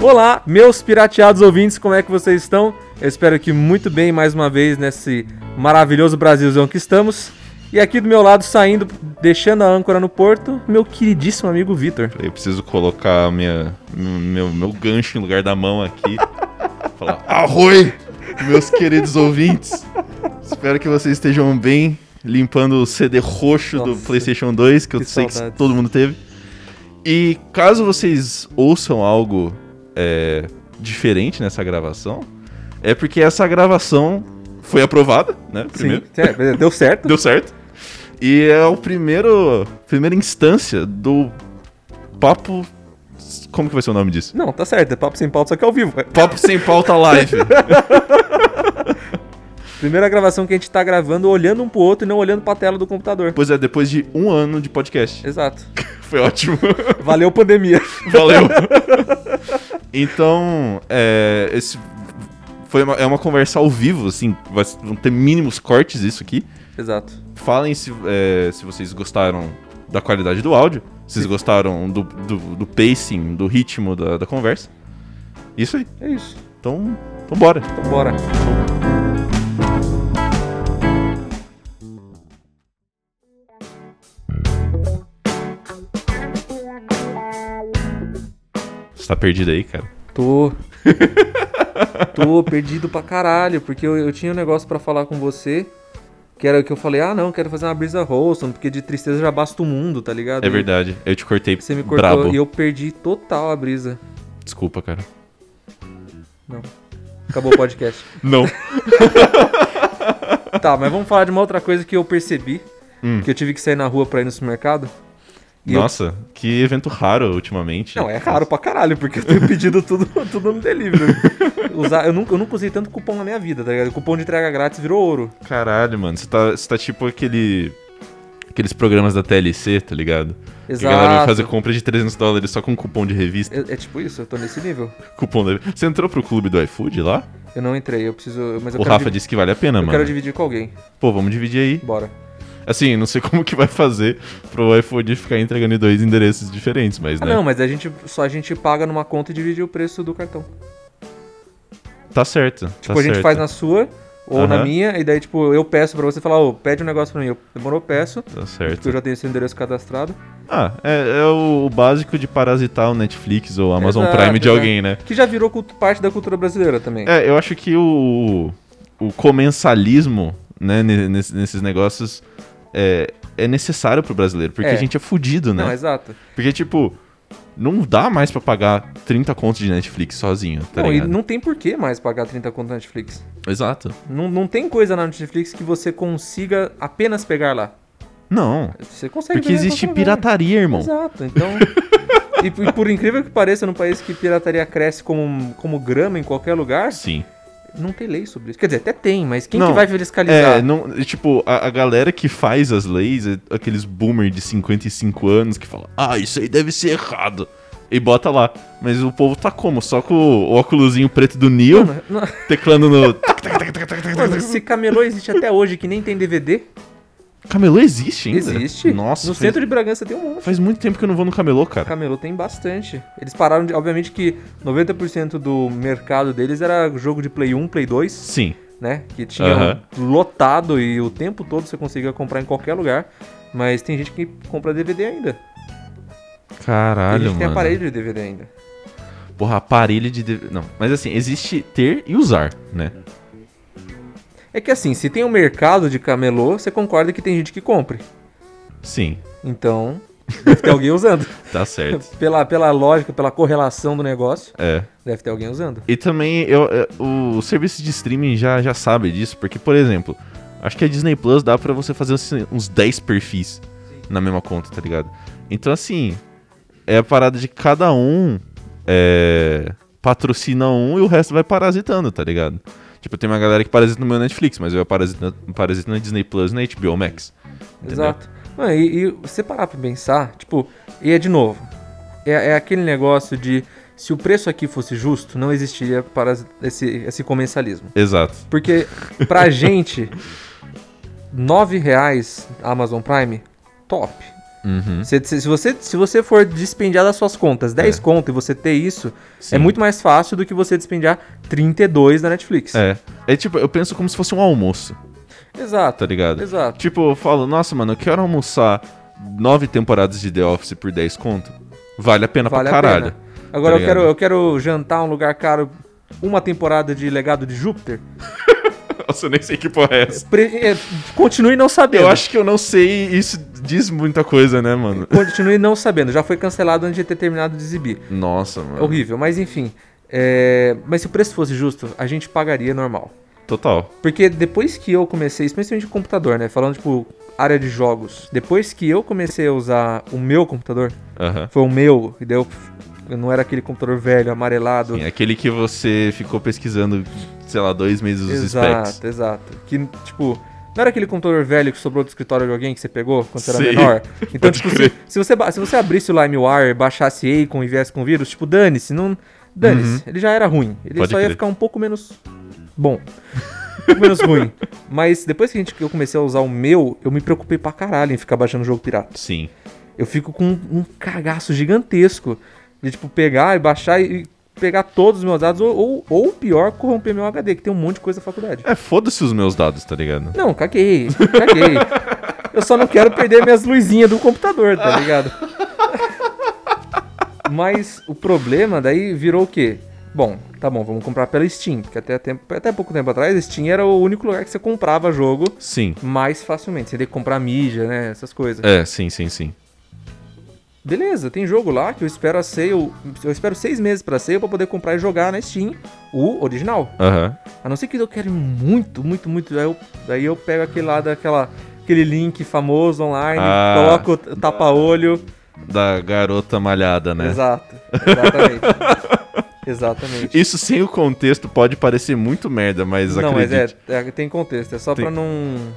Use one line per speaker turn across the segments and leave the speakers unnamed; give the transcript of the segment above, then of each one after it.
Olá, meus pirateados ouvintes, como é que vocês estão? Eu espero que muito bem mais uma vez nesse maravilhoso Brasilzão que estamos. E aqui do meu lado, saindo, deixando a âncora no porto, meu queridíssimo amigo Vitor.
Eu preciso colocar minha, meu, meu gancho em lugar da mão aqui. falar, arroi, meus queridos ouvintes. Espero que vocês estejam bem, limpando o CD roxo do
Nossa,
PlayStation 2, que eu
que
sei
saudades.
que todo mundo teve. E caso vocês ouçam algo é, diferente nessa gravação, é porque essa gravação foi aprovada, né? Primeiro.
Sim, é, deu certo.
Deu certo. E é o primeiro. Primeira instância do Papo. Como que vai ser o nome disso?
Não, tá certo, é papo sem pauta, só que ao vivo.
Papo sem pauta live.
Primeira gravação que a gente tá gravando olhando um pro outro e não olhando pra tela do computador.
pois é, depois de um ano de podcast.
Exato.
Foi ótimo.
Valeu, pandemia.
Valeu. Então, é, esse foi uma, é uma conversa ao vivo, assim. vai- vão ter mínimos cortes isso aqui.
Exato.
Falem se, é, se vocês gostaram da qualidade do áudio, se vocês gostaram do, do, do pacing, do ritmo da, da conversa. Isso aí.
É isso.
Então, vambora.
Então bora.
Você tá perdido aí, cara.
Tô. Tô perdido pra caralho, porque eu, eu tinha um negócio pra falar com você, que era o que eu falei, ah não, quero fazer uma brisa wholesome, porque de tristeza já basta o mundo, tá ligado?
É verdade. Eu te cortei.
Você me cortou
Brabo.
e eu perdi total a brisa.
Desculpa, cara.
Acabou o podcast.
Não.
tá, mas vamos falar de uma outra coisa que eu percebi,
Hum.
que eu tive que sair na rua pra ir no supermercado. E eu-
Nossa, que evento raro ultimamente.
Não, é raro pra caralho, porque eu tenho pedido tudo, tudo no delivery. Usar, eu, nunca, eu nunca usei tanto cupom na minha vida, tá ligado? Cupom de entrega grátis virou ouro.
Caralho, mano. Você tá, você tá tipo aquele. Aqueles programas da TLC, tá ligado? Que a galera vai
Exato.
fazer compra de 300 dólares só com cupom de revista.
É, é tipo isso, eu tô nesse nível.
Cupom da... Você entrou pro clube do iFood lá?
Eu não entrei, eu preciso. Mas eu
o
quero
Rafa
divi-
disse que vale a pena,
Eu
mano.
quero dividir com alguém.
Pô, vamos dividir aí.
Bora.
Assim, não sei como que vai fazer pro iFood ficar entregando em dois endereços diferentes, mas
Ah,
né.
não, mas a gente só a gente paga numa conta e divide o preço do cartão.
Tá certo.
Tipo, a gente faz na sua ou na
Aham.
minha, e daí, tipo, eu peço pra você falar, ô, pede um negócio pra mim. Eu, demorou, eu peço,
Tá
porque
certo.
eu já tenho seu endereço cadastrado.
Ah, é, é o básico de parasitar o Netflix ou o Amazon
Exato,
Prime de
exato.
alguém, né?
Que já virou cultu- parte da cultura brasileira também.
É, eu acho que o, o comensalismo, né, ne- nesse- nesses negócios é, é necessário pro brasileiro, porque
É.
a gente é fudido, né?
Não, exato.
Porque, tipo, não dá mais pra pagar 30 contos de Netflix sozinho, tá
não, e
ligado?
não tem por que mais pagar 30 conto na Netflix.
Exato.
Não, não tem coisa na Netflix que você consiga apenas pegar lá.
Não,
Você consegue
porque
pegar em
existe
qualquer lugar.
pirataria, irmão.
Exato, então. e, por- e por incrível que pareça, num país que pirataria cresce como, como grama em qualquer lugar,
Sim.
não tem lei sobre isso. Quer dizer, até tem, mas quem que
Não,
vai
É,
fiscalizar?
não, e, tipo, a, a galera que faz as leis, é aqueles boomer de 55 anos que fala, ah, isso aí deve ser errado. E bota lá. Mas o povo tá como? Só com o óculosinho preto do Neo,
Mano, não-
teclando no.
mano, esse camelô existe até hoje, que nem tem DVD.
Camelô existe ainda?
Existe.
né? Nossa,
No
faz,
centro de Bragança tem um monte.
faz muito tempo que eu não vou no camelô, cara.
Camelô tem bastante. Eles pararam de. Obviamente que 90% do mercado deles era jogo de Play 1, Play 2,
Sim.
né? Que tinha lotado e o tempo todo você conseguia comprar em qualquer lugar. Mas tem gente que compra DVD ainda. Tem
Caralho,
gente que tem
mano.
aparelho de DVD ainda.
Porra, aparelho de. dev- Não, mas assim, existe ter e usar, né?
É que assim, se tem um mercado de camelô, você concorda que tem gente que compre.
Sim,
Então, deve ter alguém usando.
tá certo.
Pela, pela lógica, pela correlação do negócio,
É.
deve ter alguém usando.
E também eu, é, o serviço de streaming já, já sabe disso, porque, por exemplo, acho que a Disney Plus dá pra você fazer assim, uns 10 perfis na mesma conta, tá ligado? Então, assim, é a parada de cada um é, patrocina um e o resto vai parasitando, tá ligado? Tipo, tem uma galera que parasita no meu Netflix, mas eu parasito, parasito na Disney Plus e na HBO Max. entendeu?
Exato. Mano, e, e você parar pra pensar, tipo, e é de novo. É, é aquele negócio de se o preço aqui fosse justo, não existiria para esse, esse comensalismo.
Exato.
Porque pra gente, nove reais Amazon Prime, top.
Uhum. É.
Se, se- se você, se você for despendiar das suas contas 10 conto e você ter isso,
Sim.
é muito mais fácil do que você despendiar 32 da Netflix.
É. É tipo, eu penso como se fosse um almoço,
Exato,
tá ligado?
exato.
Tipo, eu falo, nossa, mano, eu quero almoçar nove temporadas de The Office por 10 conto. Vale a pena
Vale
Tá pra
a
caralho.
pena. Agora
tá
eu, quero,
ligado?
eu quero jantar um lugar caro, uma temporada de Legado de Júpiter.
Nossa, eu nem sei que porra é essa.
Pre- é, continue não sabendo.
Eu acho que eu não sei, isso diz muita coisa, né, mano?
Continue não sabendo. Já foi cancelado antes de ter terminado de exibir.
Nossa,
É
mano.
horrível, mas enfim. é, Mas se o preço fosse justo, a gente pagaria normal.
Total.
Porque depois que eu comecei, especialmente computador, né? Falando, tipo, área de jogos. Depois que eu comecei a usar o meu computador,
Aham.
foi o meu, e daí eu, eu não era aquele computador velho, amarelado.
Sim, aquele que você ficou pesquisando, sei lá, dois meses os
exato,
specs.
exato. Que, tipo, não era aquele computador velho que sobrou do escritório de alguém que você pegou quando você era
Sim,
menor. Então,
pode
tipo, se,
crer.
se você, ba- se você abrisse o LimeWire, baixasse Acon e viesse com vírus, tipo, dane-se, não. Dane-se, ele já era ruim. Ele
Uhum. Pode
só ia
crer.
ficar um pouco menos bom. Um pouco menos ruim. Mas depois que, a gente, que eu comecei a usar o meu, eu me preocupei pra caralho em ficar baixando jogo pirata.
Sim.
Eu fico com um um cagaço gigantesco de, tipo, pegar e baixar e e pegar todos os meus dados, ou, ou, ou pior, corromper meu HD, que tem um monte de coisa da faculdade.
É, foda-se os meus dados, tá ligado?
Não, caguei, caguei. Eu só não quero perder minhas luzinhas do computador, tá ligado? Mas o problema daí virou o quê? Bom, tá bom, vamos comprar pela Steam, porque até, tempo, até pouco tempo atrás, Steam era o único lugar que você comprava jogo
Sim.
mais facilmente. Você tem que comprar mídia, né? Essas coisas.
É, sim, sim, sim.
Beleza, tem jogo lá que eu espero a sale, eu espero seis meses pra sale pra poder comprar e jogar na Steam o original.
Aham.
A não ser que eu quero muito, muito, muito. Aí eu, daí eu pego aquele lá daquela. Aquele link famoso online,
Ah.
coloco o t- tapa-olho.
Da garota malhada, né?
Exato. Exatamente. exatamente.
Isso sem o contexto pode parecer muito merda, mas
não, mas
acredite.
é, é, tem contexto. É só
Tem. Uhum.
pra não.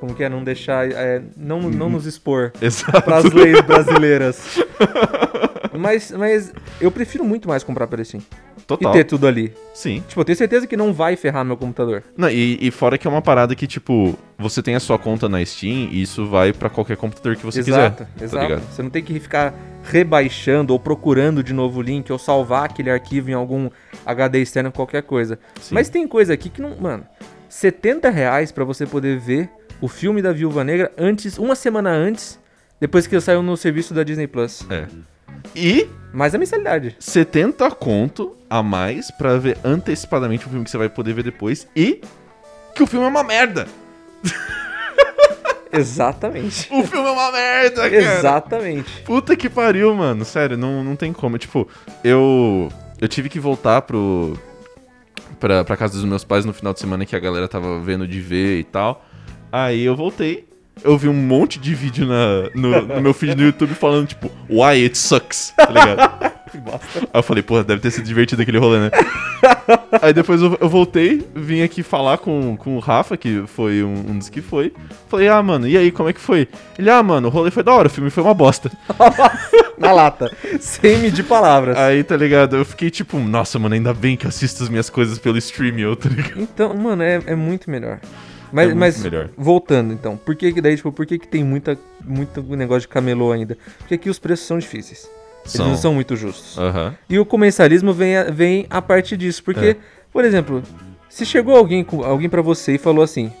Como que é? Não deixar. é, não, não nos expor
Exato.
pras leis brasileiras. mas, mas eu prefiro muito mais comprar pelo Steam. E
Total.
ter tudo ali.
Sim.
Tipo, eu tenho certeza que não vai ferrar meu computador.
Não, e, e fora que é uma parada que, tipo, você tem a sua conta na Steam e isso vai pra qualquer computador que você
exato,
quiser.
exato.
Tá ligado?
Você não tem que ficar rebaixando ou procurando de novo o link ou salvar aquele arquivo em algum HD externo, qualquer coisa.
Sim.
Mas tem coisa aqui que não. Mano, 70 reais pra você poder ver o filme da Viúva Negra antes, uma semana antes, depois que ele saiu no serviço da Disney Plus.
É. E
Mas a mensalidade.
70 conto a mais pra ver antecipadamente o filme que você vai poder ver depois e que o filme é uma merda.
Exatamente.
O filme é uma merda, cara.
Exatamente.
Puta que pariu, mano. Sério, não, não tem como. Tipo, eu eu tive que voltar pro pra, pra casa dos meus pais no final de semana que a galera tava vendo de ver e tal. Aí eu voltei. Eu vi um monte de vídeo na, no, no meu feed no YouTube falando, tipo, why it sucks, tá ligado? Aí eu falei, porra, deve ter sido divertido aquele rolê, né? Aí depois eu, eu voltei, vim aqui falar com, com o Rafa, que foi um, um dos que foi. Falei, ah, mano, e aí, como é que foi? Ele, ah, mano, o rolê foi da hora, o filme foi uma bosta.
Na lata. Sem medir palavras.
Aí, tá ligado? Eu fiquei tipo, nossa, mano, ainda bem que eu assisto as minhas coisas pelo streaming, tá ligado?
Então, mano, é, é muito melhor. Mas,
É muito
mas
melhor.
voltando então, por que que daí, tipo, por que, que tem muita, muito negócio de camelô ainda? Porque aqui os preços são difíceis.
São.
Eles não são muito justos.
Aham.
E o comensalismo vem a, vem a partir disso. Porque,
É.
por exemplo, se chegou alguém, com- alguém para você e falou assim,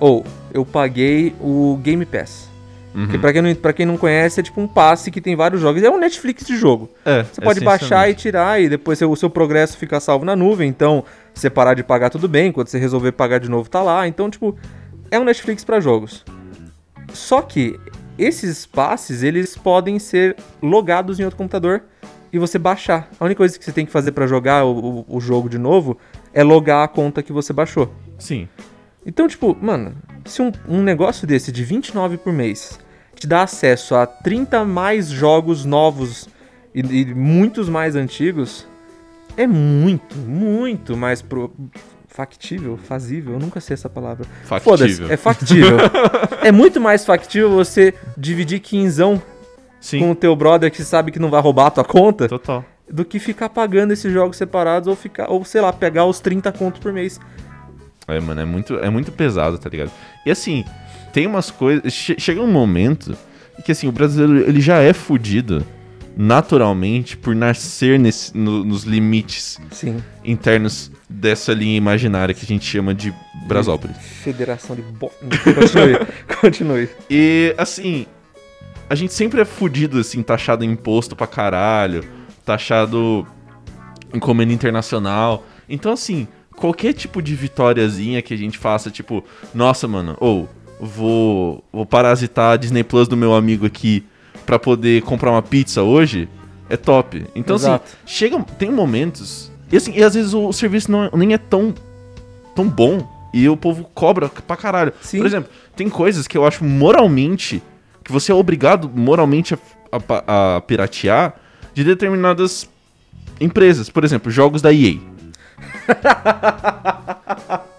ou eu paguei o Game Pass.
Uhum.
Que pra quem, não, pra quem não conhece, é tipo um passe que tem vários jogos. É um Netflix de jogo.
É,
Você pode baixar e tirar, e depois seu- o seu progresso fica salvo na nuvem. Então, se você parar de pagar, tudo bem. Quando você resolver pagar de novo, tá lá. Então, tipo, é um Netflix pra jogos. Só que esses passes, eles podem ser logados em outro computador e você baixar. A única coisa que você tem que fazer pra jogar o, o- o jogo de novo é logar a conta que você baixou.
Sim.
Então, tipo, mano, se um, um negócio desse de 29 por mês te dá acesso a 30 mais jogos novos e, e muitos mais antigos, é muito, muito mais pro- factível, fazível, eu nunca sei essa palavra. Foda-se,
Factível.
é factível. é muito mais factível você dividir quinzão
Sim.
com o teu brother que sabe que não vai roubar a tua conta
Total.
do que ficar pagando esses jogos separados ou ficar ou sei lá, pegar os 30 conto por mês.
É, mano, é muito, é muito pesado, tá ligado? E assim, tem umas coisas. che- Chega um momento que assim, o brasileiro ele já é fudido naturalmente por nascer nesse- no- nos limites
Sim.
internos dessa linha imaginária que a gente chama de Brasópolis.
Federação de bo... Continue. continue.
E assim, a gente sempre é fudido, assim, taxado em imposto pra caralho, taxado em comenda internacional. Então, assim, qualquer tipo de vitóriazinha que a gente faça, tipo, nossa, mano, ou vou, vou parasitar a Disney Plus do meu amigo aqui pra poder comprar uma pizza hoje, é top. Então,
Exato.
assim, chega, tem momentos. E, assim, e às vezes o serviço não, é- nem é tão, tão bom. E o povo cobra pra caralho.
Sim.
Por exemplo, tem coisas que eu acho moralmente. que você é obrigado moralmente a, a pa- a piratear de determinadas empresas. Por exemplo, jogos da EA.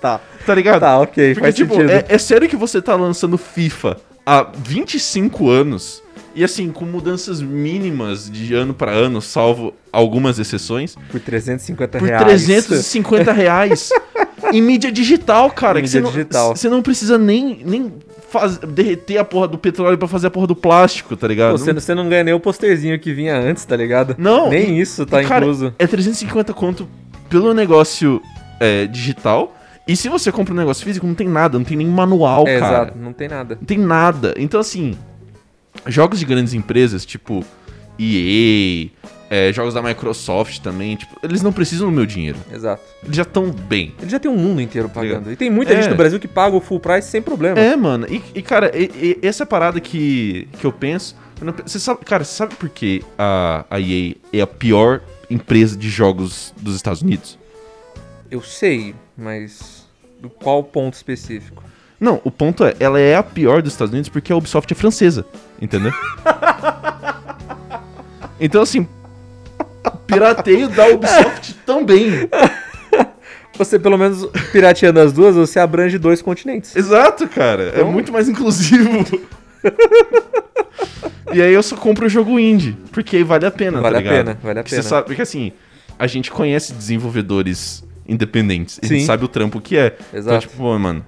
Tá.
Tá ligado?
Tá, ok,
Porque,
faz
tipo,
sentido.
é, é sério que você tá lançando FIFA há 25 anos e assim, com mudanças mínimas de ano pra ano, salvo algumas exceções,
Por 350
por
reais.
350 reais em mídia digital, cara.
Em
que
mídia
você não-
digital.
Você não, precisa nem, nem faz- derreter a porra do petróleo pra fazer a porra do plástico, tá ligado?
Pô, você, não- você não ganha nem o posterzinho que vinha antes, tá ligado?
Não,
Nem isso tá
E, cara,
incluso.
É 350 conto pelo negócio é, digital. E se você compra um negócio físico, não tem nada, não tem nem manual,
é,
cara.
exato, não tem nada.
Não tem nada. Então, assim, jogos de grandes empresas, tipo EA, é, jogos da Microsoft também, tipo, eles não precisam do meu dinheiro.
Exato.
Eles já estão bem.
Ele já tem um mundo inteiro pagando. E tem muita
É.
gente do Brasil que paga o full price sem problema.
É, mano. E, e, cara, e- e- essa é a parada que, que eu penso. Eu não pe- Você sabe, cara, você sabe por que a, a EA é a pior empresa de jogos dos Estados Unidos?
Eu sei, mas do qual ponto específico?
Não, o ponto é, ela é a pior dos Estados Unidos porque a Ubisoft é francesa, entendeu? então, assim, pirateio da Ubisoft também.
Você, pelo menos, pirateando as duas, você abrange dois continentes.
Exato, cara. É
Então-
muito mais inclusivo. e aí eu só compro o jogo indie, porque aí vale a pena,
Vale
tá
a
ligado?
pena, vale a
Porque você
É pena.
sabe- porque assim, a gente conhece desenvolvedores independentes, a gente
Sim.
sabe o trampo que é. Então,
Exato.
tipo, pô, mano,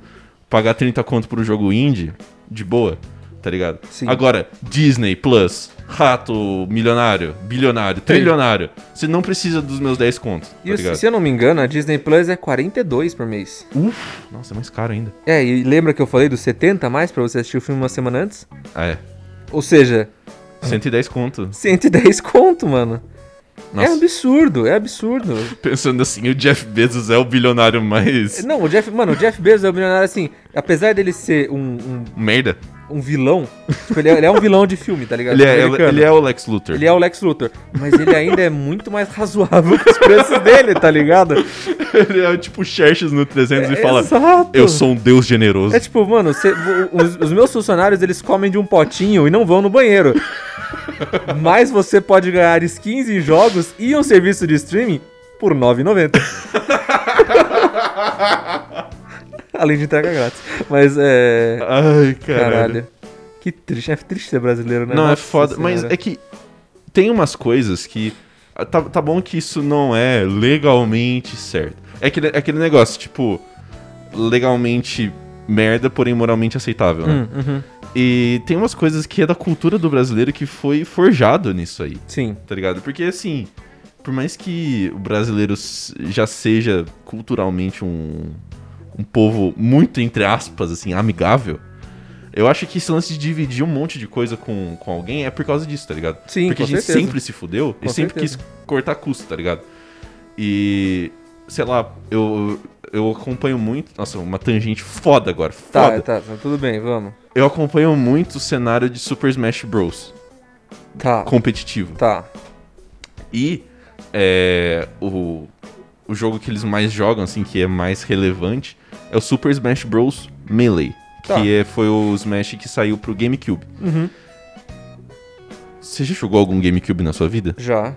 pagar 30 conto por um jogo indie, de boa, tá ligado?
Sim.
Agora, Disney Plus, rato, milionário, bilionário, trilionário, você não precisa dos meus 10 contos, tá
E o-
ligado?
se eu não me engano, a Disney Plus é 42 por mês.
Uf, nossa, é mais caro ainda.
É, e lembra que eu falei dos 70 a mais pra você assistir o filme uma semana antes?
Ah, é.
Ou seja,
110 conto.
É 110 conto, mano.
Nossa,
É absurdo, é absurdo.
pensando assim, o Jeff Bezos é o bilionário mais...
Não, o Jeff, mano, o Jeff Bezos é um milionário assim, apesar dele ser um, um,
Merda.
um vilão, tipo, ele é, ele é um vilão de filme, tá ligado?
Ele é,
Americano.
ele é o Lex Luthor.
Ele é o Lex Luthor, mas ele ainda é muito mais razoável que os preços dele, tá ligado?
Ele é tipo o Xerxes no
É,
300 e fala,
Exato.
eu sou um deus generoso.
É tipo, mano, cê- vo- os, os meus funcionários eles comem de um potinho e não vão no banheiro. Mas você pode ganhar skins em jogos e um serviço de streaming por R$ 9,90. Além de entrega grátis. Mas é.
Ai, caralho.
Caralho. Que triste. É triste ser brasileiro, né?
Não, é
Nossa
foda. Mas
Senhora.
é que tem umas coisas que. ah, Tá, tá bom que isso não é legalmente certo. É aquele, é aquele negócio, tipo, legalmente merda, porém moralmente aceitável, né?
Hum, uhum.
E tem umas coisas que é da cultura do brasileiro que foi forjado nisso aí,
Sim.
tá ligado? Porque assim, por mais que o brasileiro s- já seja culturalmente um, um povo muito, entre aspas, assim, amigável, eu acho que esse lance de dividir um monte de coisa com, com alguém é por causa disso, tá ligado?
Sim, com
Porque a gente
certeza.
sempre se fudeu e
Com
sempre
certeza.
quis cortar custo, tá ligado? E. Sei lá, eu, eu acompanho muito. Nossa, uma tangente foda agora.
Tá,
Foda.
tá, tá, tudo bem, vamos.
Eu acompanho muito o cenário de Super Smash Bros.
Tá,
competitivo.
tá.
E é, o, o jogo que eles mais jogam, assim, que é mais relevante, é o Super Smash Bros. Melee.
Tá.
Que é, foi o Smash que saiu pro GameCube.
Uhum.
Você já jogou algum GameCube na sua vida?
Já.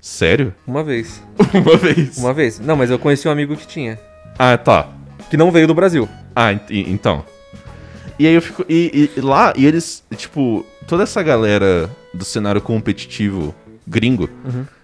Sério?
Uma vez.
Uma vez.
Uma vez. Não, mas eu conheci um amigo que tinha.
Ah, tá.
Que não veio do Brasil.
Ah, ent- e- então. E aí eu fico. E, e- e lá, e eles, tipo, toda essa galera do cenário competitivo gringo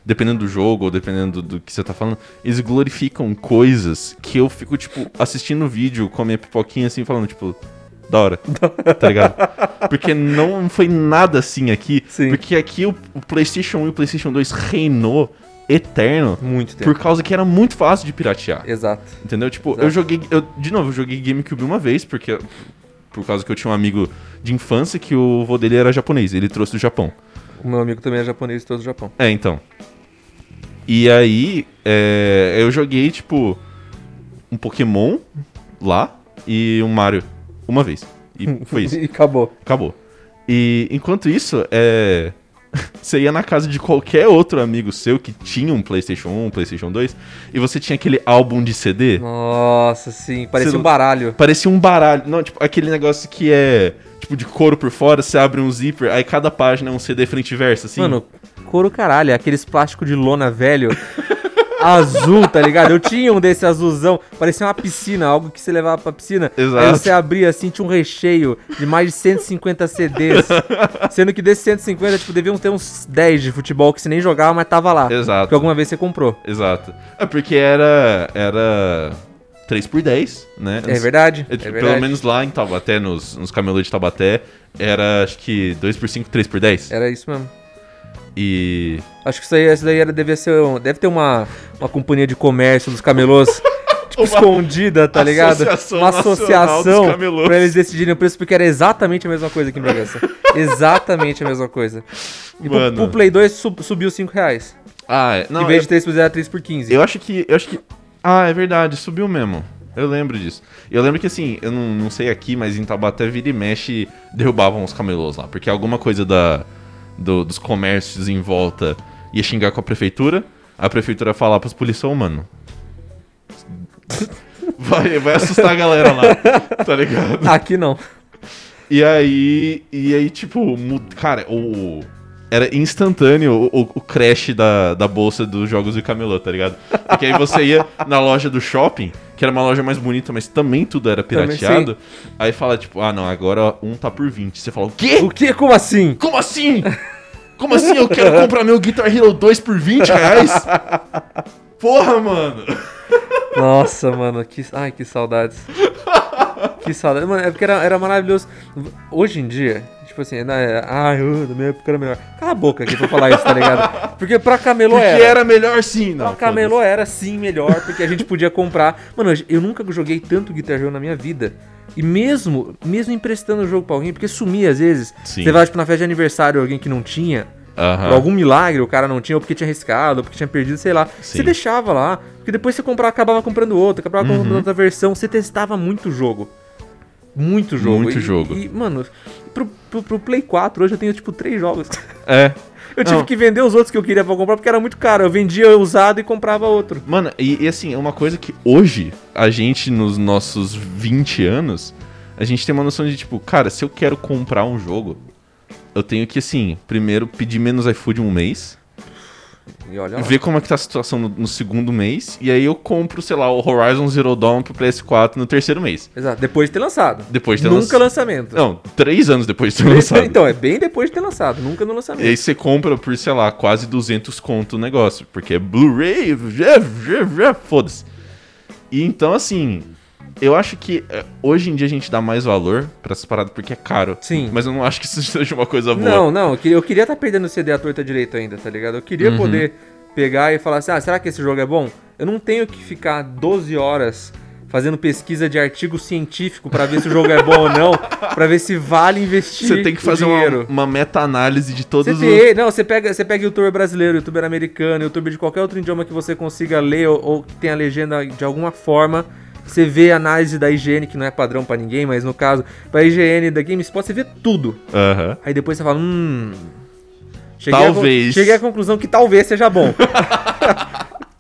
dependendo do jogo ou dependendo do, do que você tá falando, eles glorificam coisas que eu fico, tipo, assistindo o vídeo com a minha pipoquinha assim, falando, tipo, da hora. tá ligado? Porque não foi nada assim aqui.
Sim.
Porque aqui o, o PlayStation 1 e o PlayStation 2 reinou eterno
Muito tempo.
por causa que era muito fácil de piratear.
Exato.
Entendeu? Tipo,
Exato.
eu joguei. Eu, de novo, eu joguei GameCube uma vez, porque. Por causa que eu tinha um amigo de infância que o vô dele era japonês, ele trouxe do Japão.
O meu amigo também é japonês, todo do Japão.
É, então. E aí, é, eu joguei, tipo, um Pokémon lá e um Mario uma vez. E foi isso.
e acabou.
Acabou. E enquanto isso, é. Você ia na casa de qualquer outro amigo seu que tinha um PlayStation 1, um PlayStation 2, e você tinha aquele álbum de CD.
Nossa, sim. Parecia
Você-
um baralho.
Parecia um baralho. Não, tipo, aquele negócio que é. Tipo, de couro por fora, você abre um zíper, aí cada página é um CD frente e verso, assim.
Mano, couro caralho. Aqueles plásticos de lona velho. azul, tá ligado? Eu tinha um desse azulzão. Parecia uma piscina, algo que você levava pra piscina. Aí
Exato.
você abria assim, tinha um recheio de mais de 150 CDs. sendo que desses 150, tipo, deviam ter uns 10 de futebol que você nem jogava, mas tava lá.
Exato.
Porque alguma vez você comprou.
Exato. É porque era. Era. 3 por 10 né?
É verdade.
É,
É
tipo,
verdade.
pelo menos lá em Taubaté, nos, nos camelôs de Taubaté, era acho que 2x5, 3x10.
Era isso mesmo.
E.
Acho que isso aí, isso daí era, devia ser. um- Deve ter uma, uma companhia de comércio dos camelôs. Tipo,
Uma
escondida, tá ligado?
Associação
Uma
Nacional
associação
dos Camelôs.
pra eles decidirem o preço, porque era exatamente a mesma coisa aqui em Bragança. exatamente a mesma coisa. E pro,
Mano.
pro Play 2 sub- subiu 5 reais.
Ah, é. Não,
em vez
eu-
de 3 por 0, era 3 por 15.
Eu acho que. Eu acho que. Ah, é verdade, subiu mesmo. Eu lembro disso. Eu lembro que assim, eu não, não sei aqui, mas em Taubaté vira e mexe derrubavam os camelôs lá. Porque alguma coisa da, do- dos comércios em volta ia xingar com a prefeitura. A prefeitura ia falar pros policiais, "Ô, mano. Vai, vai assustar a galera lá, tá ligado?
Aqui não.
E aí, e aí tipo, mu- cara, o era instantâneo o, o- o crash da, da bolsa dos jogos de camelô, tá ligado? Porque aí você ia na loja do shopping, que era uma loja mais bonita, mas também tudo era
Também,
pirateado. aí fala, tipo, ah, não, agora um tá por 20. Você fala, o quê?
O que? Como assim?
Como assim? Como assim eu quero comprar meu Guitar Hero 2 por 20 reais? Porra, mano!
Nossa, mano, que, ai, que saudades. Que saudades. Mano, é porque era, era maravilhoso. Hoje em dia, tipo assim, na, ai, uh, na minha época era melhor. Cala a boca aqui pra falar isso, tá ligado? Porque pra camelô
Porque
era.
era melhor sim, não.
Pra camelô era sim melhor, porque a gente podia comprar. Mano, eu nunca joguei tanto Guitar Hero na minha vida. E mesmo, mesmo emprestando o jogo pra alguém, porque sumia às vezes.
Sim.
Você vai, tipo, na festa de aniversário, alguém que não tinha, por
Aham.
algum milagre o cara não tinha, ou porque tinha arriscado, ou porque tinha perdido, sei lá. Você
Sim.
deixava lá, porque depois você comprava, acabava comprando outro, acabava comprando
Uhum.
outra versão. Você testava muito o jogo. Muito jogo.
Muito
E-
jogo.
E, mano, pro, pro- pro Play 4 hoje eu tenho tipo três jogos.
É.
Eu tive
Não.
que vender os outros que eu queria pra comprar porque era muito caro. Eu vendia usado e comprava outro.
Mano, e, e assim, é uma coisa que hoje, a gente, nos nossos 20 anos, a gente tem uma noção de tipo, cara, se eu quero comprar um jogo, eu tenho que, assim, primeiro pedir menos iFood um mês,
E olha lá.
ver como é que tá a situação no, no segundo mês, e aí eu compro, sei lá, o Horizon Zero Dawn pro PS4 no terceiro mês.
Exato. Depois de ter lançado.
Depois de ter
Nunca
lança-
lançamento.
Não, três anos depois de ter lançado.
Então, é bem depois de ter lançado. Nunca no lançamento.
E aí você compra por, sei lá, quase 200 conto o negócio, porque é Blu-ray, vê, vê, vê, foda-se. E então, assim, eu acho que eh, hoje em dia a gente dá mais valor pra essas paradas porque é caro.
Sim.
Mas eu não acho que isso seja uma coisa boa.
Não, não, eu queria- eu queria estar perdendo o CD à torta direito ainda, tá ligado? Eu queria
Uhum.
poder pegar e falar assim, ah, será que esse jogo é bom? Eu não tenho que ficar 12 horas fazendo pesquisa de artigo científico pra ver se o jogo é bom ou não, pra ver se vale investir
Você tem que
o
fazer uma,
dinheiro.
uma meta-análise de todos
Você
os.
tem, não, você pega, você pega youtuber brasileiro, youtuber americano, youtuber de qualquer outro idioma que você consiga ler ou, ou que tenha legenda de alguma forma. Você vê a análise da IGN, que não é padrão pra ninguém, mas no caso, pra IGN da GameSpot, você vê tudo.
Aham.
Aí depois você fala, hum. Cheguei à con-
Talvez.
cheguei à conclusão que talvez seja bom.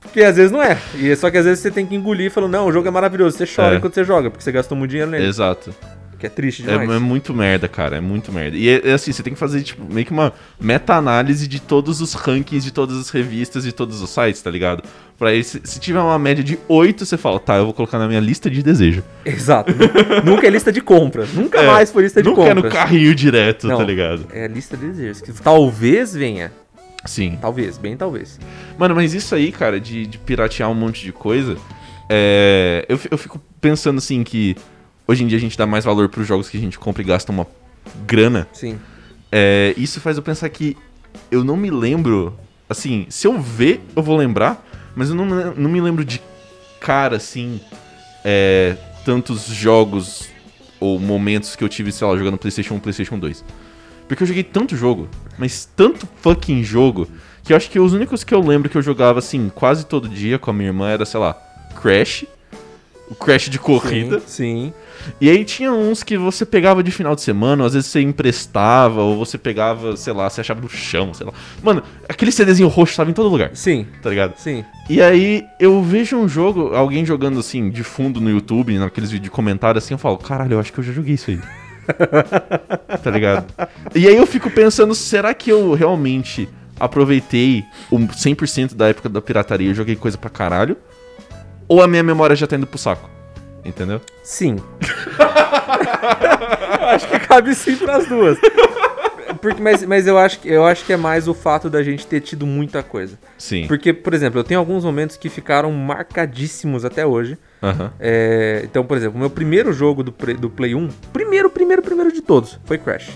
porque às vezes não é. E é só que às vezes você tem que engolir e falar, não, o jogo é maravilhoso. Você chora
É.
enquanto você joga, porque você gastou muito dinheiro nele.
Exato.
Que é triste
É,
demais.
é muito merda, cara. É muito merda. E é, é assim, você tem que fazer tipo, meio que uma meta-análise de todos os rankings, de todas as revistas, de todos os sites, tá ligado? Pra aí, se, se tiver uma média de 8, você fala, tá, eu vou colocar na minha lista de desejo.
Exato. nunca é lista de compras. Nunca
É,
mais foi lista de
Nunca é no
compras.
carrinho direto,
Não.
tá ligado?
É a lista de desejos, que talvez venha.
Sim.
Talvez, bem talvez.
Mano, mas isso aí, cara, de, de piratear um monte de coisa, é, eu, fi- eu fico pensando assim que hoje em dia a gente dá mais valor pros jogos que a gente compra e gasta uma grana.
Sim.
É, isso faz eu pensar que eu não me lembro. Assim, se eu ver, eu vou lembrar, mas eu não, me- não me lembro de cara, assim, é, tantos jogos ou momentos que eu tive, sei lá, jogando PlayStation 1, PlayStation 2. Porque eu joguei tanto jogo, mas tanto fucking jogo, que eu acho que os únicos que eu lembro que eu jogava, assim, quase todo dia com a minha irmã era, sei lá, Crash. O Crash de corrida.
Sim. sim.
E aí tinha uns que você pegava de final de semana, às vezes você emprestava, ou você pegava, sei lá, você achava no chão, sei lá. Mano, aquele CDzinho roxo tava em todo lugar,
Sim,
tá ligado?
sim.
E aí eu vejo um jogo, alguém jogando assim, de fundo no YouTube, naqueles vídeos de comentário assim, eu falo, caralho, eu acho que eu já joguei isso aí. tá ligado? E aí eu fico pensando, será que eu realmente aproveitei o 100% da época da pirataria e joguei coisa pra caralho? Ou a minha memória já tá indo pro saco? Entendeu?
Sim. Eu acho que cabe sim pras duas. Porque, mas mas eu, acho, que- eu acho que é mais o fato da gente ter tido muita coisa.
Sim.
Porque, por exemplo, eu tenho alguns momentos que ficaram marcadíssimos até hoje.
Aham.
É, então, por exemplo, o meu primeiro jogo do, pre- do Play 1, primeiro, primeiro, primeiro de todos, foi Crash.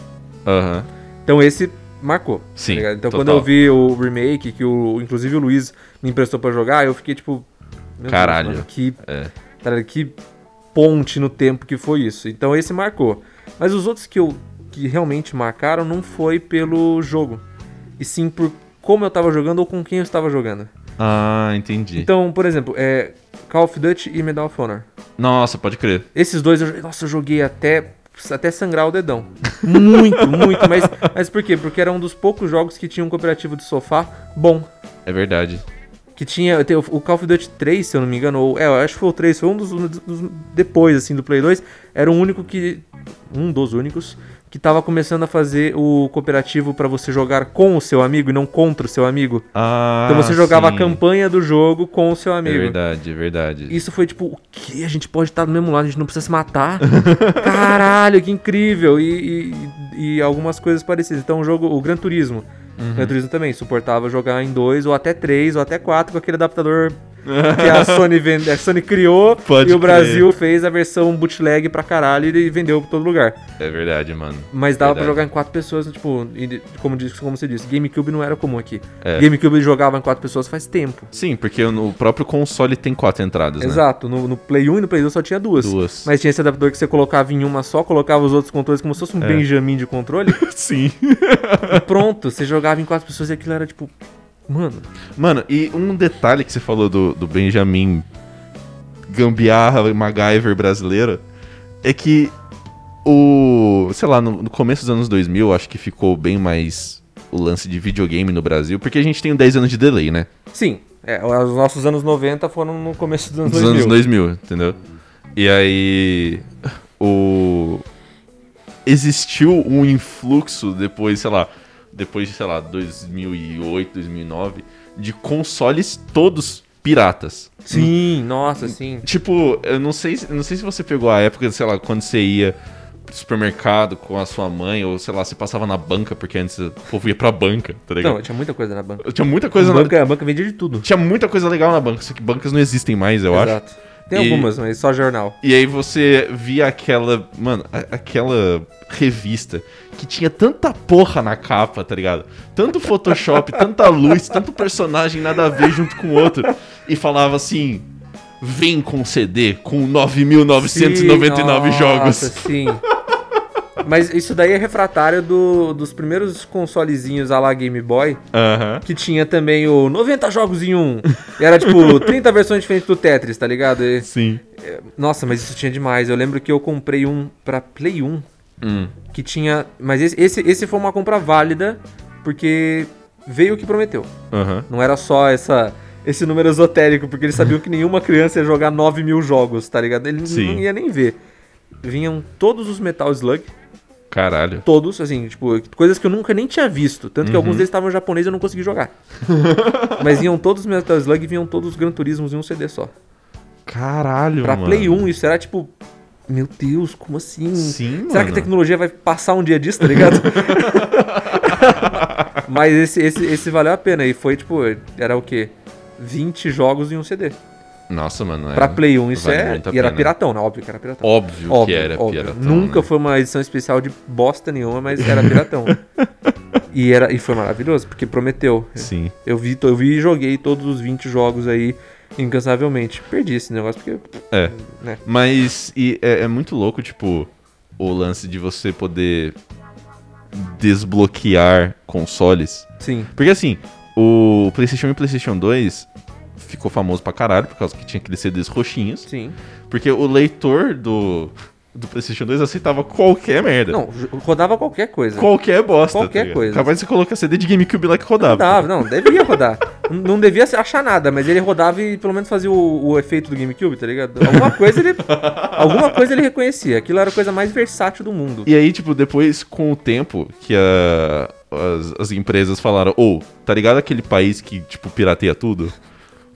Aham.
Então esse marcou. tá
Sim,
ligado? então
total.
quando eu vi o remake, que o, inclusive o Luiz me emprestou pra jogar, eu fiquei tipo. meu Deus,
Caralho.
mano, que,
É.
tá ligado? que ponte no tempo que foi isso. Então esse marcou. Mas os outros que, eu, que realmente marcaram não foi pelo jogo. E sim por como eu tava jogando ou com quem eu estava jogando.
Ah, entendi.
Então, por exemplo, é Call of Duty e Medal of Honor.
Nossa, pode crer.
Esses dois, eu, nossa, eu joguei até, até sangrar o dedão. Muito, muito. Mas, mas por quê? Porque era um dos poucos jogos que tinha um cooperativo de sofá bom.
É verdade.
Que tinha. eu tenho- O Call of Duty 3, se eu não me engano, ou. É, eu acho que foi o 3, foi um dos, um dos- Depois, assim, do Play 2. Era o único que. Um dos únicos. Que tava começando a fazer o cooperativo pra você jogar com o seu amigo e não contra o seu amigo.
Ah,
Então você jogava
sim.
a campanha do jogo com o seu
É
amigo.
verdade, é verdade.
Isso foi tipo, o quê? A gente pode estar do mesmo lado, a gente não precisa se matar. Caralho, que incrível! E, e- e algumas coisas parecidas. Então o jogo, o Gran Turismo.
Uhum.
O Gran Turismo também suportava jogar em dois, ou até três, ou até quatro, com aquele adaptador que a Sony, vende, a Sony criou
Pode
e o
crer.
Brasil fez a versão bootleg pra caralho e vendeu pra todo lugar.
É verdade, mano.
Mas dava pra
Verdade.
jogar em quatro pessoas, tipo, e de- como, diz- como você disse, GameCube não era comum aqui.
É.
GameCube jogava em quatro pessoas faz tempo.
Sim, porque no próprio console tem quatro entradas, né?
Exato, no, no Play 1 e no Play 2 só tinha
Duas.
mas tinha esse adaptador que você colocava em uma só, colocava os outros controles como se fosse
É.
um Benjamin de controle.
Sim.
e pronto, você jogava em quatro pessoas e aquilo era tipo. Mano,
Mano, e um detalhe que você falou do, do Benjamin Gambiarra MacGyver brasileiro é que o. Sei lá, no, no começo dos anos 2000, acho que ficou bem mais o lance de videogame no Brasil, porque a gente tem 10 anos de delay, né?
sim. é, os nossos anos 90 foram no começo dos anos
dos
2000.
anos 2000, entendeu? E aí o existiu um influxo depois, sei lá, depois de sei lá 2008, 2009 de consoles todos piratas.
Sim, nossa, sim.
Tipo, eu não sei, se- não sei se você pegou a época, sei lá, quando você ia pro supermercado com a sua mãe ou sei lá, você passava na banca porque antes o povo ia pra banca, tá ligado?
Não, tinha muita coisa na banca.
tinha muita coisa
a,
na,
banca a banca vendia de tudo.
tinha muita coisa legal na banca, só que bancas não existem mais, eu acho.
Exato. Tem
E-
algumas, mas só jornal.
E aí você via aquela, mano, a- aquela revista que tinha tanta porra na capa, tá ligado? Tanto Photoshop, tanta luz, tanto personagem nada a ver junto com o outro. E falava assim: vem com CD com 9.999
Sim, Nossa,
jogos.
sim. Mas isso daí é refratário do- dos primeiros consolezinhos à la Game Boy,
Aham.
que tinha também o 90 jogos em um. E era tipo 30 versões diferentes do Tetris, tá ligado? E-
Sim.
nossa, mas isso tinha demais. Eu lembro que eu comprei um pra Play 1
Hum.
que tinha. Mas esse, esse, esse foi uma compra válida, porque veio o que prometeu.
Aham.
Não era só essa. Esse número esotérico, porque eles sabiam que nenhuma criança ia jogar 9 mil jogos, tá ligado? Ele
Sim.
não ia nem ver. Vinham todos os Metal Slug,
Caralho.
todos, assim, tipo, coisas que eu nunca nem tinha visto. Tanto que
Uhum.
alguns deles estavam em japonês e eu não consegui jogar. Mas vinham todos os Metal Slug e vinham todos os Gran Turismos em um CD só.
Caralho,
Pra
mano.
Play 1, isso era tipo. Meu Deus, como assim?
Sim,
Será que a
mano.
tecnologia vai passar um dia disso, tá ligado? Mas esse, esse, esse valeu a pena. E foi, tipo, era o quê? 20 jogos em um CD.
Nossa, mano. é-
Pra Play 1, isso
vale
é.
muito a
E era
pena.
piratão, né? Óbvio que era piratão.
Óbvio,
Óbvio,
que era
óbvio.
piratão.
Nunca
né?
foi uma edição especial de bosta nenhuma, mas era piratão. e, era, e foi maravilhoso, porque prometeu.
Sim.
Eu vi, eu vi e joguei todos os 20 jogos aí incansavelmente. Perdi esse negócio, porque.
É.
Né?
Mas e é, é muito louco, tipo, o lance de você poder desbloquear consoles.
Sim.
Porque assim, o PlayStation 1 e o PlayStation 2 ficou famoso pra caralho por causa que tinha aqueles CDs roxinhos.
Sim.
Porque o leitor do, do PlayStation 2 aceitava qualquer merda.
Não, jo- rodava qualquer coisa.
Qualquer bosta. tá
Qualquer
ligado?
coisa.
Capaz de você colocar CD de GameCube lá que
Não
rodava.
dava, não, devia rodar. N- não devia se achar nada, mas ele rodava e pelo menos fazia o, o efeito do GameCube, tá ligado? Alguma coisa ele. alguma coisa ele reconhecia. Aquilo era a coisa mais versátil do mundo.
E aí, tipo, depois, com o tempo, que a- as, as empresas falaram, ou, tá ligado aquele país que, tipo, pirateia tudo?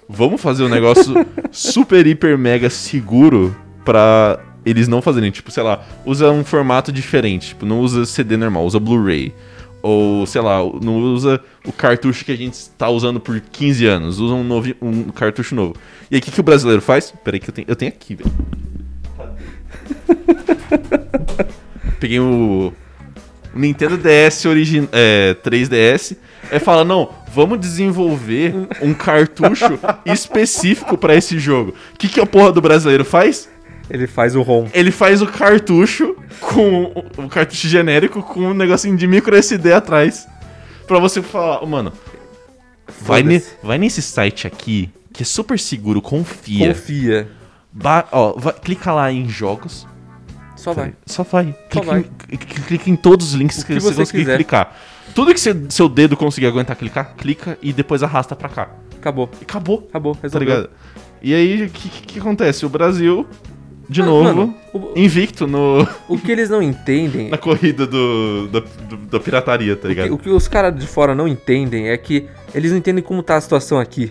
Vamos fazer um negócio super, hiper, mega seguro pra eles não fazerem. Tipo, sei lá, usa um formato diferente. Tipo, não usa CD normal, usa Blu-ray. Ou, sei lá, não usa o cartucho que a gente tá usando por 15 anos. Usa um, novo, um cartucho novo. E aí, o que, que o brasileiro faz? Peraí que eu tenho, eu tenho aqui, velho. Peguei o Nintendo DS origin... é, 3DS. Aí fala, não, vamos desenvolver um cartucho específico pra esse jogo. O que, que a porra do brasileiro faz?
Ele faz o ROM.
Ele faz o cartucho com o cartucho genérico com um negocinho de micro SD atrás. Pra você falar, "Ô, mano, vai, ne-
Foda-se.
vai nesse site aqui, que é super seguro, confia.
Confia.
Ba- ó, vai- clica lá em jogos,
Só vai.
só vai.
Só
Clica,
vai.
Em, cl- cl- clica em todos os links
O
que,
que
você
você
conseguir
quiser.
clicar. Tudo que você- seu dedo conseguir aguentar clicar, clica e depois arrasta pra cá.
Acabou.
E acabou,
Acabou.
tá
Resolveu.
ligado? E aí, o que, que- que acontece? O Brasil, de
Mas,
novo,
Ah, mano, o-
invicto no,
O que eles não entendem.
na corrida do, da, do- da pirataria, tá
o, que,
ligado?
o que os caras de fora não entendem é que eles não entendem como tá a situação aqui.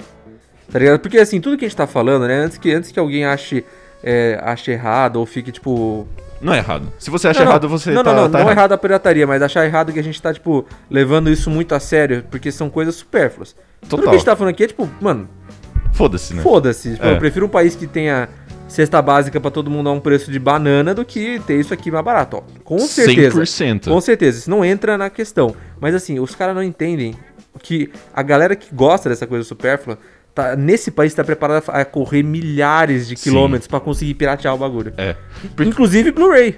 Tá ligado? Porque assim, tudo que a gente tá falando, né? Antes que, antes que alguém ache, é, ache errado ou fique, tipo,
Não é errado. Se você acha
não,
errado,
não.
você
não,
tá,
não, é não,
tá
não errado a pirataria, mas achar errado que a gente tá, tipo, levando isso muito a sério, porque são coisas supérfluas. Tudo que
Total.
a gente tá falando aqui é, tipo, mano,
Foda-se, né?
foda-se. Tipo,
É.
Eu prefiro um país que tenha cesta básica pra todo mundo a um preço de banana do que ter isso aqui mais barato, ó. Com certeza.
100%.
Com certeza, isso não entra na questão. Mas assim, os caras não entendem que a galera que gosta dessa coisa supérflua, tá, nesse país tá preparada a correr milhares de
Sim.
quilômetros pra conseguir piratear o bagulho.
É. Porque-
Inclusive Blu-ray.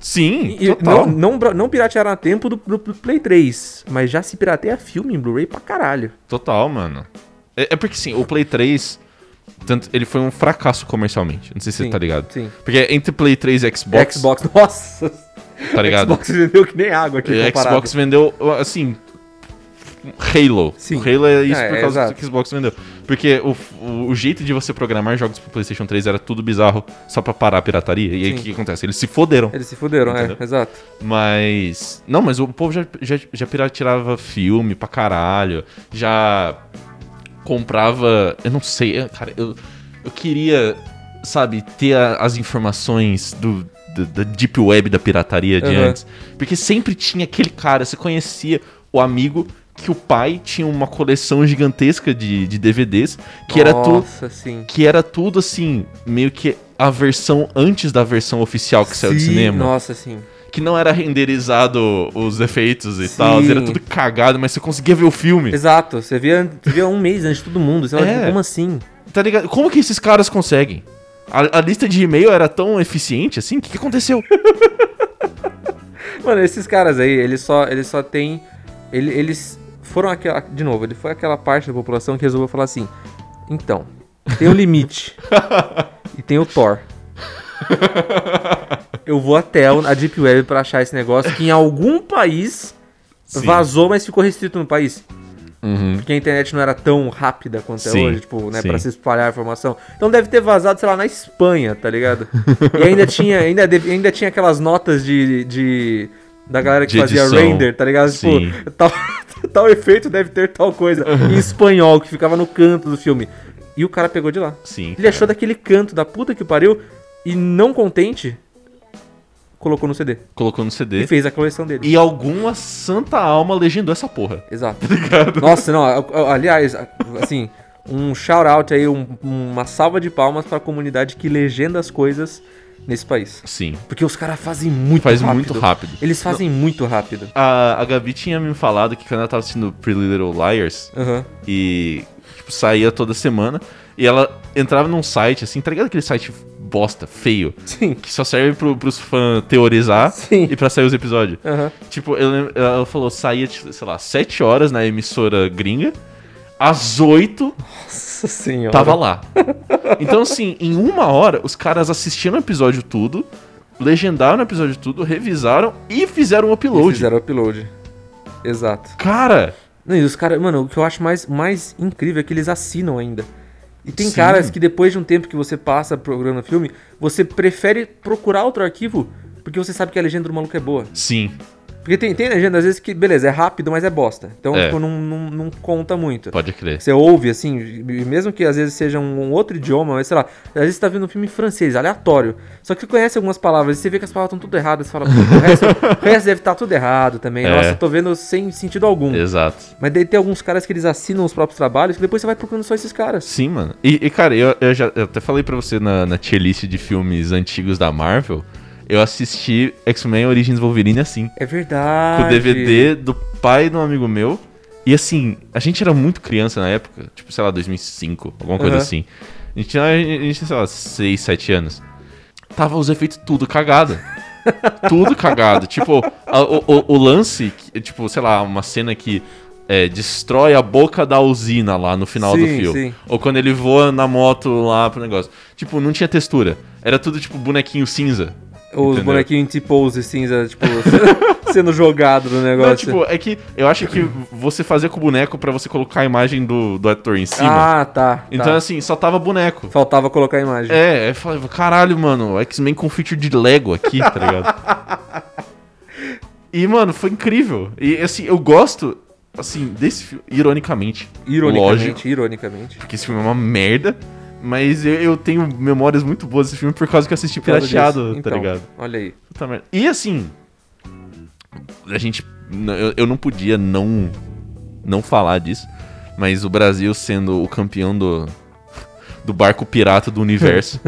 Sim,
E- e
total.
Não, não, bra- não piratearam a tempo do, do- do Play 3, mas já se pirateia filme em Blu-ray pra caralho.
Total, mano. É, é porque, sim, o Play 3, tanto, ele foi um fracasso comercialmente. Não sei se
Sim,
você tá ligado.
sim.
Porque entre Play 3 e Xbox,
Xbox, nossa!
tá ligado?
Xbox vendeu que nem água aqui
E
comparado.
Xbox vendeu, assim, Halo.
Sim.
O Halo é isso
É,
por
é,
causa
exato.
que o Xbox vendeu. Porque o, o, o jeito de você programar jogos pro PlayStation 3 era tudo bizarro só pra parar a pirataria. E aí
Sim.
o que, que acontece? Eles se foderam.
Eles se fuderam,
Entendeu?
é, exato.
Mas. Não, mas o povo já, já, já pirateava filme pra caralho. Já comprava. Eu não sei, eu- cara, eu, eu queria, sabe, ter a- as informações do. do- Da Deep Web da pirataria de
Aham.
antes. Porque sempre tinha aquele cara, você conhecia o amigo que o pai tinha uma coleção gigantesca de, de DVDs que era, tu,
Nossa, sim.
que era tudo assim, meio que a versão antes da versão oficial que saiu do
Sim,
cinema
Nossa, sim.
que não era renderizado os efeitos e
Sim.
tal, era tudo cagado, mas você conseguia ver o filme.
Exato, você via, você via um mês antes de todo mundo. Você fala,
É.
tipo, como assim?
Tá ligado? Como que esses caras conseguem? A, a lista de e-mail era tão eficiente assim? O que, que aconteceu?
Mano, esses caras aí, eles só, eles só têm. ele- eles foram aquela. De novo, ele foi aquela parte da população que resolveu falar assim: então, tem um limite. e tem o Thor. Eu vou até o- a Deep Web pra achar esse negócio que em algum país
Sim. Uhum.
vazou, mas ficou restrito no país. Porque a internet não era tão rápida quanto
Sim,
é hoje, tipo, né,
sim.
pra se espalhar a informação. Então deve ter vazado, sei lá, na Espanha, tá ligado? e ainda tinha, ainda, deve- ainda tinha aqulas notas de, de- da galera que
De
fazia
edição.
render, tá ligado?
Sim.
Tipo, tal, tal efeito deve ter tal coisa. Em espanhol, que ficava no canto do filme. E o cara pegou de lá.
Sim.
Ele achou daquele canto da puta que pariu e não contente, colocou no CD.
colocou no
E
CD.
fez a coleção dele.
E alguma santa alma legendou essa porra.
Exato. Nossa, não, a- a- aliás, a- assim, um shout-out aí, um- uma salva de palmas pra comunidade que legenda as coisas nesse país.
Sim.
Porque os caras fazem muito
Faz
rápido.
muito rápido.
Eles fazem muito rápido.
A, a Gabi tinha me falado que quando ela tava assistindo Pretty Little Liars,
Aham.
e tipo, saía toda semana. E ela entrava num site, assim, tá ligado aquele site bosta, feio,
Sim.
que só serve pro, pros fãs teorizar
Sim.
e pra sair os episódios.
Aham.
Tipo, eu lembro- ela falou, saía, tipo, sei lá, 7 horas na emissora gringa, às 8
Nossa senhora.
tava lá. Então, assim, em uma hora, os caras assistiram o episódio tudo, legendaram o episódio tudo, revisaram e fizeram o
E
upload.
Fizeram upload. Exato.
Cara,
Não, e os caras, mano, o que eu acho mais, mais incrível é que eles assinam ainda. E tem
Sim.
caras que depois de um tempo que você passa procurando filme, você prefere procurar outro arquivo porque você sabe que a legenda do maluco é boa.
sim,
Porque tem, tem legenda às vezes que, beleza, é rápido, mas é bosta. Então,
É.
tipo, não, não, não conta muito.
pode crer.
Você ouve, assim, e mesmo que às vezes seja um, um outro idioma, mas sei lá, às vezes você tá vendo um filme em francês, aleatório. Só que você conhece algumas palavras e você vê que as palavras estão tudo erradas, você fala, "Puta, o resto, o resto deve estar tudo errado também.
É.
Nossa, eu tô vendo sem sentido algum.
Exato.
Mas daí tem alguns caras que eles assinam os próprios trabalhos que depois você vai procurando só esses caras.
Sim, mano. E, e, cara, eu, eu já eu até falei pra você na, na tier list de filmes antigos da Marvel, eu assisti X-Men Origins Wolverine assim,
É verdade.
com o DVD do pai de um amigo meu. E assim, a gente era muito criança na época, tipo, sei lá, 2005, alguma coisa
Aham.
assim. A gente, tinha- a gente tinha, sei lá, 6, 7 anos. Tava os efeitos tudo cagado. tudo cagado. Tipo, a- o, o- o lance, que- tipo, sei lá, uma cena que é, destrói a boca da usina lá no final do
Sim,
filme.
sim.
Ou quando ele voa na moto lá pro negócio. Tipo, não tinha textura. Era tudo, tipo, bonequinho cinza.
Os
Entendeu?
bonequinhos em T-pose cinza, tipo, sendo jogado no negócio.
Não, tipo, é que eu acho que você fazia com o boneco pra você colocar a imagem do, do ator em cima.
ah, tá. tá.
então, assim, só tava boneco.
Faltava colocar a imagem.
É, eu falei, caralho, mano, X-Men com feature de Lego aqui, tá ligado? e, mano, foi incrível. E, assim, eu gosto, assim, desse filme, ironicamente.
Ironicamente,
Lógico,
ironicamente.
porque esse filme é uma merda, mas eu, eu tenho memórias muito boas desse filme por causa que eu assisti
Por causa
pirateado,
disso.
tá
Então,
ligado?
Olha aí.
Puta merda. E assim. A gente. n- Eu, eu não podia não. Não falar disso. Mas o Brasil sendo o campeão do. Do barco pirata do universo.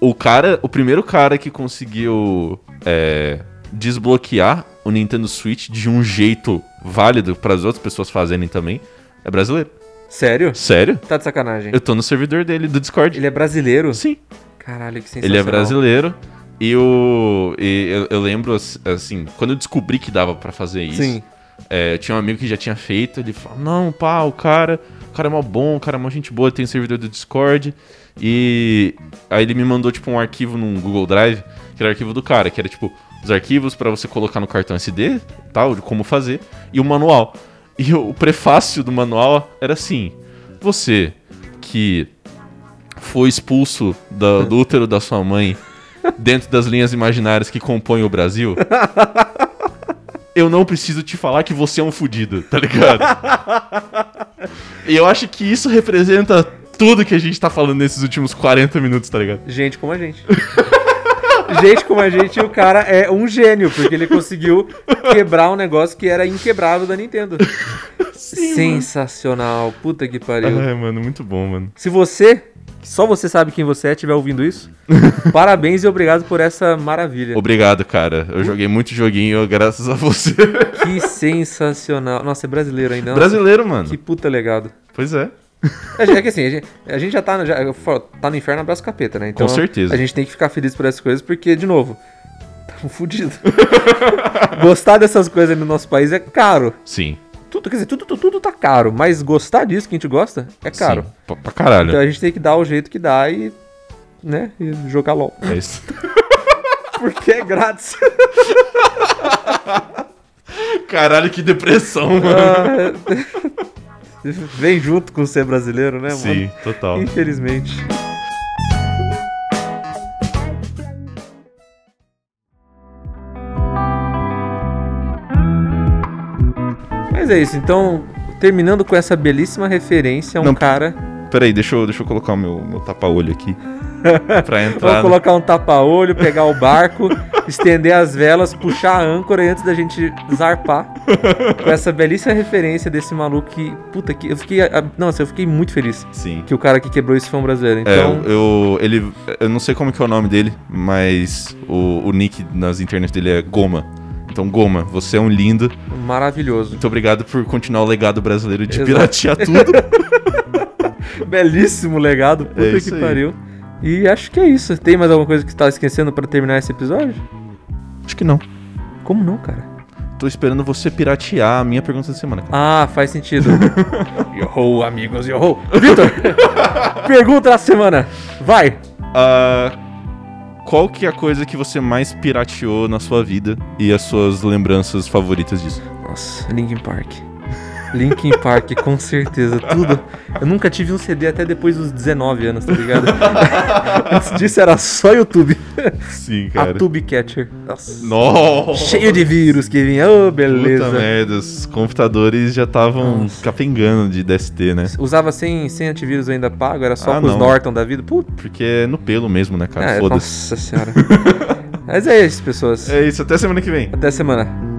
o cara. O primeiro cara que conseguiu. é, desbloquear o Nintendo Switch de um jeito válido para as outras pessoas fazerem também é brasileiro.
Sério?
Sério?
Tá de sacanagem.
Eu tô no servidor dele, do Discord.
Ele é brasileiro?
Sim.
Caralho, que sensacional.
Ele é brasileiro. E, o, e eu, eu lembro, ass- assim, quando eu descobri que dava pra fazer isso,
Sim.
é, eu tinha um amigo que já tinha feito, ele falou, não, pá, o cara, o cara é mó bom, o cara é mó gente boa, tem um servidor do Discord. E aí ele me mandou, tipo, um arquivo num Google Drive, que era o arquivo do cara, que era, tipo, os arquivos pra você colocar no cartão SD, tal, de como fazer, e o manual. E o prefácio do manual era assim, você que foi expulso da- do útero da sua mãe dentro das linhas imaginárias que compõem o Brasil, eu não preciso te falar que você é um fudido, tá ligado? e eu acho que isso representa tudo que a gente tá falando nesses últimos 40 minutos, tá ligado?
Gente como a gente. gente como a gente, o cara é um gênio, porque ele conseguiu quebrar um negócio que era inquebrável da Nintendo. Sensacional, puta que pariu.
Ai, mano, muito bom, mano.
Se você, que só você sabe quem você é, estiver ouvindo isso, parabéns e obrigado por essa maravilha.
Obrigado, cara.
Hum?
Eu joguei muito joguinho graças a você.
Que sensacional. Nossa, é brasileiro ainda. Nossa,
Brasileiro, mano.
Que puta legado.
Pois é.
É, é que assim, a gente, a gente já tá no, já- eu falo, tá no inferno, abraço capeta, né? Então,
Com certeza.
A gente tem que ficar feliz por essas coisas, porque, de novo, tamo fudido. gostar dessas coisas no nosso país é caro.
Sim.
Tudo, quer dizer, tudo, tudo, tudo tá caro, mas gostar disso que a gente gosta é caro.
Sim. Pra, pra caralho.
Então a gente tem que dar o jeito que dá e, né, e jogar LOL.
É isso.
Porque é grátis.
Caralho, que depressão, mano.
Ah, Vem junto com ser brasileiro, né, mano?
Sim, total.
Infelizmente. Mas é isso, então, terminando com essa belíssima referência a um
Não.
cara.
Peraí, deixa eu, deixa eu colocar o meu, meu tapa-olho aqui. pra
Vamos
entrar. no-
colocar um tapa-olho, pegar o barco, estender as velas, puxar a âncora antes da gente zarpar. Com essa belíssima referência desse maluco que. Puta que. Eu fiquei. ah, Nossa, eu fiquei muito feliz
Sim.
que o cara que quebrou isso foi um brasileiro.
É,
Então.
eu, ele, eu não sei como que é o nome dele, mas o, o nick nas internet dele é Goma. Então, Goma, você é um lindo.
Maravilhoso.
Muito obrigado por continuar o legado brasileiro de
Exato.
piratear tudo.
Belíssimo legado, puta
É
que
isso aí.
pariu. E acho que é isso. Tem mais alguma coisa que você tá esquecendo pra terminar esse episódio?
Acho que não.
Como não, cara?
Tô esperando você piratear a minha pergunta da semana, cara.
Ah, faz sentido. Yo, amigos, yo. Vitor, pergunta da semana. Vai.
Ah, qual que é a coisa que você mais pirateou na sua vida e as suas lembranças favoritas disso?
Nossa, Linkin Park. Linkin Park, com certeza, tudo. Eu nunca tive um CD até depois dos 19 anos, tá ligado? Antes disso era só YouTube.
Sim,
A Tube Catcher. Nossa.
Nossa!
Cheio de vírus que vinha. Oh,
Puta
beleza.
merda, os computadores já estavam
Nossa.
capengando de DST, né?
Usava sem, sem antivírus ainda pago, era só
Ah,
pros
não.
Norton da vida. Puta,
Porque é no pelo mesmo, né, cara?
é,
Foda-se.
nossa senhora. Mas é isso, pessoas.
É isso, até semana que vem.
Até semana.